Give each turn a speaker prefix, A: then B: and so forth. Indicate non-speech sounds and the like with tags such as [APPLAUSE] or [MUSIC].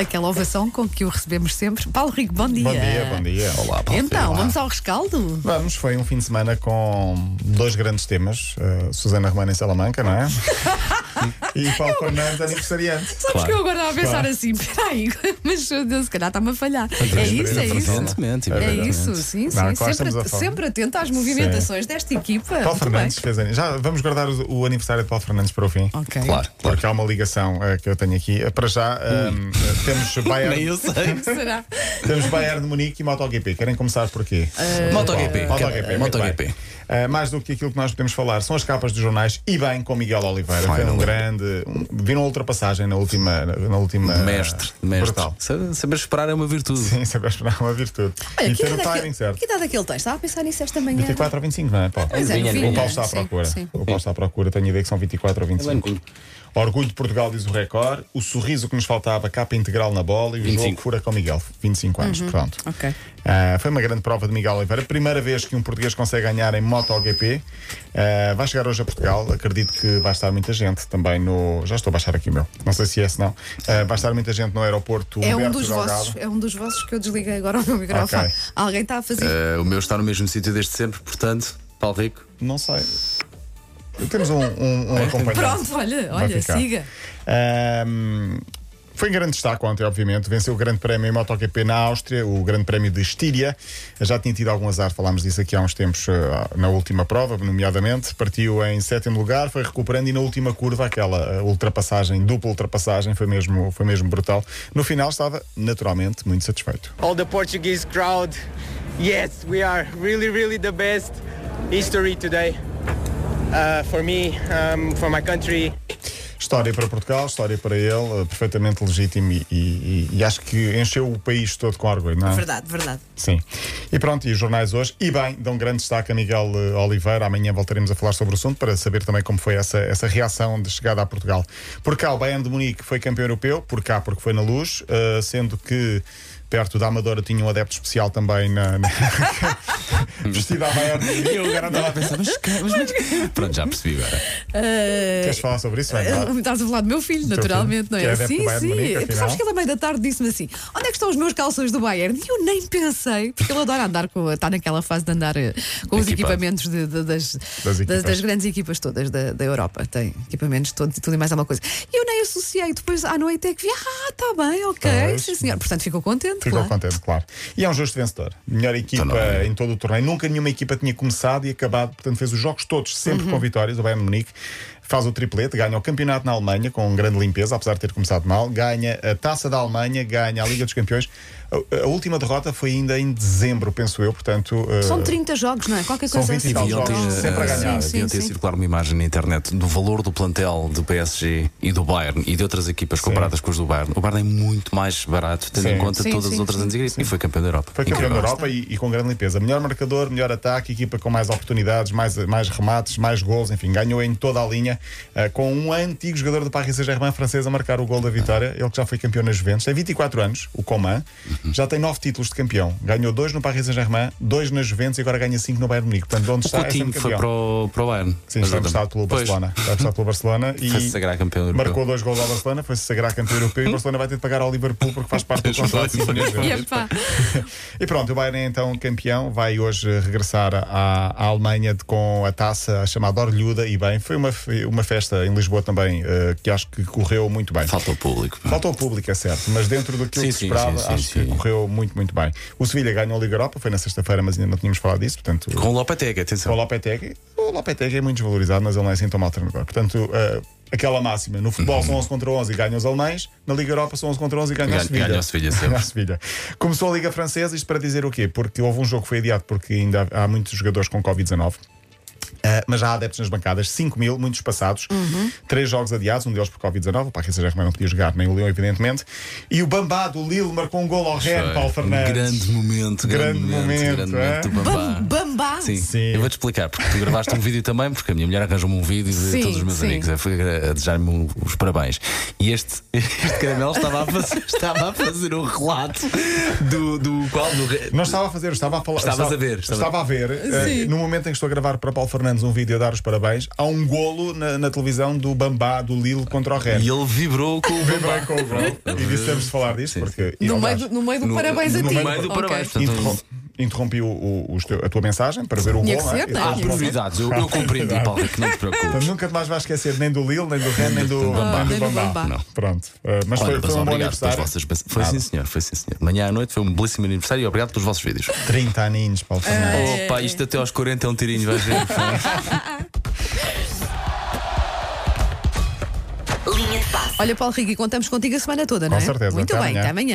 A: aquela ovação com que o recebemos sempre. Paulo Rico, bom dia.
B: Bom dia, bom dia. Olá, Paulo.
A: Então,
B: Olá.
A: vamos ao rescaldo?
B: Vamos, foi um fim de semana com dois grandes temas. eh, Susana Romana em Salamanca, não
C: [LAUGHS]
B: é? e Paulo Fernandes aniversariante.
A: Sabes
C: Claro.
A: que eu agora estava a pensar
B: Claro.
A: assim, peraí, [LAUGHS] mas eu- se calhar está-me a falhar. É isso, é isso.
C: Evidentemente,
A: É
C: evidentemente.
A: isso, sim, sim.
B: claro que estamos a
A: sempre,
B: falar.
A: sempre atento às movimentações desta equipa.
B: Paulo
A: Muito
B: Fernandes
A: bem.
B: fez anos. Já vamos guardar o, o aniversário de Paulo Fernandes para o fim.
A: Ok.
C: Claro, claro.
B: Porque há uma ligação eh, que eu tenho aqui. Eh, Para já, eh, eh,
C: [LAUGHS]
B: temos,
C: Nem
B: Bayern,
A: [LAUGHS]
C: eu sei.
A: [LAUGHS] Será?
B: temos Bayern de Munique e MotoGP. Querem começar por quê?
C: Eh, MotoGP. Eh,
B: MotoGP. muito
C: MotoGP.
B: bem. Ah, mais do que aquilo que nós podemos falar são as capas dos jornais e bem com Miguel Oliveira. Foi um
C: Finally.
B: grande. um- viram ultrapassagem na última. Na última
C: Mestre,
B: ah,
C: mestre.
B: brutal.
C: Sa- Saber esperar é uma virtude.
B: Sim, saber esperar é uma virtude.
A: Olha,
B: e
A: que
B: ter o
A: idade, é que-
B: timing certo.
A: que idade é que ele tem? Estava a pensar nisso esta manhã.
B: 24 ou 25, não é, Paulo?
A: Pois é, novinho,
B: o Paulo está à
A: sim,
B: procura.
A: sim.
B: O Paulo está à procura, tenho a ideia que são 24 ou 25. Orgulho de Portugal, diz o Record. O sorriso que nos faltava, capa integral na bola e o
C: 25.
B: jogo fura com Miguel. 25 anos, pronto.
A: Uhum. Ok.
B: Ah, foi uma grande prova de Miguel Oliveira. Primeira vez que um português consegue ganhar em MotoGP. Ah, vai chegar hoje a Portugal. Acredito que vai estar muita gente também no. Já estou a baixar aqui o meu. Não sei se é, se não. Ah, vai estar muita gente no aeroporto.
A: É um
B: Humberto
A: dos
B: Delgado.
A: vossos, é um dos vossos que eu desliguei agora o meu microfone.
B: Ok.
A: Alguém está a fazer
C: Eh, o meu está no mesmo sítio desde sempre, portanto, Paulo Rico.
B: Não sei. Temos um, um, um acompanhante.
A: Pronto, olha,
B: Vai
A: olha,
B: ficar.
A: siga.
B: Ahm, foi um grande destaque ontem, obviamente. Venceu o Grande Prémio em MotoGP na Áustria, o Grande Prémio de Estíria. Já tinha tido algum azar, falámos disso aqui há uns tempos, eh, na última prova, nomeadamente. Partiu em sétimo lugar, foi recuperando e na última curva, aquela eh, ultrapassagem, dupla ultrapassagem, foi mesmo, foi mesmo brutal. No final estava, naturalmente, muito satisfeito.
D: all the Portuguese crowd. Yes, we are really, really the best history today. Uh, for me, um, for my country,
B: História para Portugal, história para ele, eh, perfeitamente legítimo e, e- e- e acho que encheu o país todo com orgulho, não é?
A: Verdade, verdade.
B: Sim. E pronto, e os jornais hoje, e bem, dão grande destaque a Miguel eh, Oliveira. Amanhã voltaremos a falar sobre o assunto para saber também como foi essa, essa reação de chegada a Portugal. Por cá, o Bayern de Munique foi campeão europeu, por cá, porque foi na luz, eh, sendo que perto da Amadora tinha um adepto especial também na, [LAUGHS] na... vestido à Bayern de Munique. Eu agora estava a pensar,
C: Mas, Pronto, já percebi agora.
B: queres falar sobre isso? é Vai,
A: Ah, [LAUGHS]
B: vá.
A: Estás a falar do meu filho,
B: teu
A: naturalmente,
B: filho,
A: não
B: que é
A: é?
B: adepto do
A: Sim,
B: Bayern de Munique,
A: sim. Tu
B: afinal.
A: sabes que ele, à meia da tarde, disse-me assim: onde é que estão os meus calções do Bayern? E eu nem pensei, porque ele adora andar com. Está naquela fase de andar eh, com os
C: Equipado.
A: equipamentos de- de- das, das,
B: equipas.
A: das grandes equipas todas da, da Europa. Tem equipamentos todo, tudo e mais alguma coisa. E eu nem associei. Depois à noite é que vi: ah, está bem, ok,
B: Pois.
A: sim senhor. Portanto, ficou contente.
B: Ficou
A: claro.
B: contente, claro. E é um justo vencedor. Melhor equipa em todo o torneio. Nunca nenhuma equipa tinha começado e acabado, portanto, fez os jogos todos,
A: Uhum.
B: sempre com vitórias. O Bayern de Munique faz o triplete, ganha o campeonato na Alemanha com grande limpeza, apesar de ter começado mal, ganha a taça da Alemanha, ganha a Liga dos Campeões. A, a última derrota foi ainda em dezembro, penso eu, portanto. eh,
A: São 30 jogos, não é? Qualquer
B: São
A: coisa
B: 20 e tal
A: assim.
C: E ontem,
B: jogos,
C: eh,
B: sempre a ganhar.
A: Sim,
C: vi
A: sim,
C: ontem
A: sim.
C: circular uma imagem na internet do valor do plantel do PSG e do Bayern e de outras equipas comparadas com os do Bayern. O Bayern é muito mais barato, tendo
B: Sim.
C: em conta
A: Sim,
C: todas
A: sim,
C: as outras
A: sim.
C: antigas. E foi campeão da Europa.
B: Foi campeão da
C: Incrível.
B: Europa e, e com grande limpeza. Melhor marcador, melhor ataque, equipa com mais oportunidades, mais, mais remates, mais gols, enfim, ganhou em toda a linha eh, com um antigo jogador do Paris Saint-Germain francês a marcar o gol da vitória. Ele que já foi campeão nas Juventus, tem 24 anos, o Coman,
C: Uhum.
B: já tem 9 títulos de campeão. Ganhou 2 no Paris Saint-Germain, 2 nas Juventus e agora ganha 5 no Bayern de Munique. Portanto, onde
C: O
B: está é
C: Coutinho
B: sempre
C: foi
B: campeão.
C: para o, para o Bayern.
B: Sim, está
C: Exatamente.
B: emprestado pelo
C: Pois.
B: Barcelona. Está emprestado pelo
C: [LAUGHS]
B: Barcelona e
C: Foi-se sagrar campeão europeu.
B: marcou dois gols ao Barcelona, foi-se sagrar campeão europeu e
C: [LAUGHS]
B: o Barcelona vai ter de pagar ao Liverpool porque faz parte do contrato. de 5 milhões de euros.
A: E, é epá,
B: E pronto, o Bayern é então campeão, vai hoje eh, regressar à, à Alemanha de- com a taça a chamada Orlhuda e bem, foi uma, fe- uma festa em Lisboa também eh, que acho que correu muito bem.
C: Falta o público.
B: Faltou o público, é certo, mas dentro daquilo
C: Sim,
B: que se
C: sim,
B: esperava,
C: sim, sim,
B: acho que
C: sim.
B: correu muito, muito bem. O Sevilha ganhou a Liga Europa, foi na sexta-feira, mas ainda não tínhamos falado disso, portanto.
C: Com o Lopetegui,
B: O
C: atenção.
B: Lopetegui, o Lopetegui é muito desvalorizado, mas ele não é assim tão mau treinador. Portanto, eh, aquela máxima: no futebol são 11 contra 11 e ganham os alemães, na Liga Europa são 11 contra 11 e ganham
C: Uhum.
B: a
C: Ganha-
B: Sevilha.
C: ganha o Sevilha sempre.
B: Ganha o Sevilha. Começou a Liga Francesa, isto para dizer o quê? Porque houve um jogo que foi adiado porque ainda há há muitos jogadores com Covid-19. Uh, mas já há adeptos nas bancadas, 5 mil, muitos passados, três jogos adiados, um deles por Covid-19, o Paris Saint-Germain não podia jogar, nem o Leão, evidentemente. E o Bambá do Lille marcou um gol ao Ren, Paulo Fernandes.
C: Grande momento,
B: Grande
C: grande, momento,
B: momento,
C: grande
B: é?
C: momento do Bambá.
A: bam- bambá.
C: Sim.
B: Sim.
C: eu vou-te explicar, porque tu gravaste um vídeo também, porque a minha mulher arranjou-me um vídeo de
A: Sim,
C: todos os meus
A: sim.
C: amigos. Eu fui a a desejar-me um- os parabéns. E este, [LAUGHS] este caramelo estava a fazer, [LAUGHS] estava a fazer um relato do, do qual? Do, re-
B: Não estava a fazer, estava a falar.
C: Estavas
B: estava,
C: a ver, estava-
B: Estava, a ver. eh,
A: Sim.
B: no momento em que estou a gravar para Paulo Fernandes anos um vídeo a dar os parabéns. Há um golo na, na televisão do Bambá, do Lille contra o Rennes.
C: E ele vibrou com o
B: Vibrei com o gol. E disse: temos de falar disto,
C: Sim,
B: porque. e, é um
A: No meio,
B: aliás,
A: do, no meio do
C: No-
A: parabéns a
C: no
A: ti.
C: meio do
A: Ok.
C: parabéns, portanto,
B: interrom- Interrompi o, o- os teu- a tua mensagem para ver o
A: Tinha
B: gol.
A: que
B: né?
A: ser,
B: E
A: né?
B: depois
C: Há
A: Ah,
B: o gol.
C: prioridades, eu, eu compreendi, Paulo, é que não te
B: Portanto,
C: preocupes.
B: nunca te mais vais esquecer nem do Lille, nem do Ren, nem do,
A: Bambá.
B: nem
A: Nem
B: do
A: do
B: Bambá.
A: Bambá.
C: Não.
B: Pronto. Eh, mas
C: Olha,
B: foi, foi
C: Brasão,
B: um bom
C: obrigado pelas
B: aniversário.
C: vossas bens- Foi
B: Nada.
C: sim, senhor, foi sim, senhor. Manhã à noite foi um belíssimo aniversário e obrigado pelos vossos vídeos.
B: 30 aninhos, Paulo
A: Ah,
B: Fernandes.
C: Opa, isto até aos 40 é um tirinho, vais ver.
E: Linha de passe.
A: Olha, Paulo Rico, contamos contigo a semana toda, não é?
B: certeza.
A: Muito
B: Até
A: é? bem,
B: amanhã.
A: até amanhã.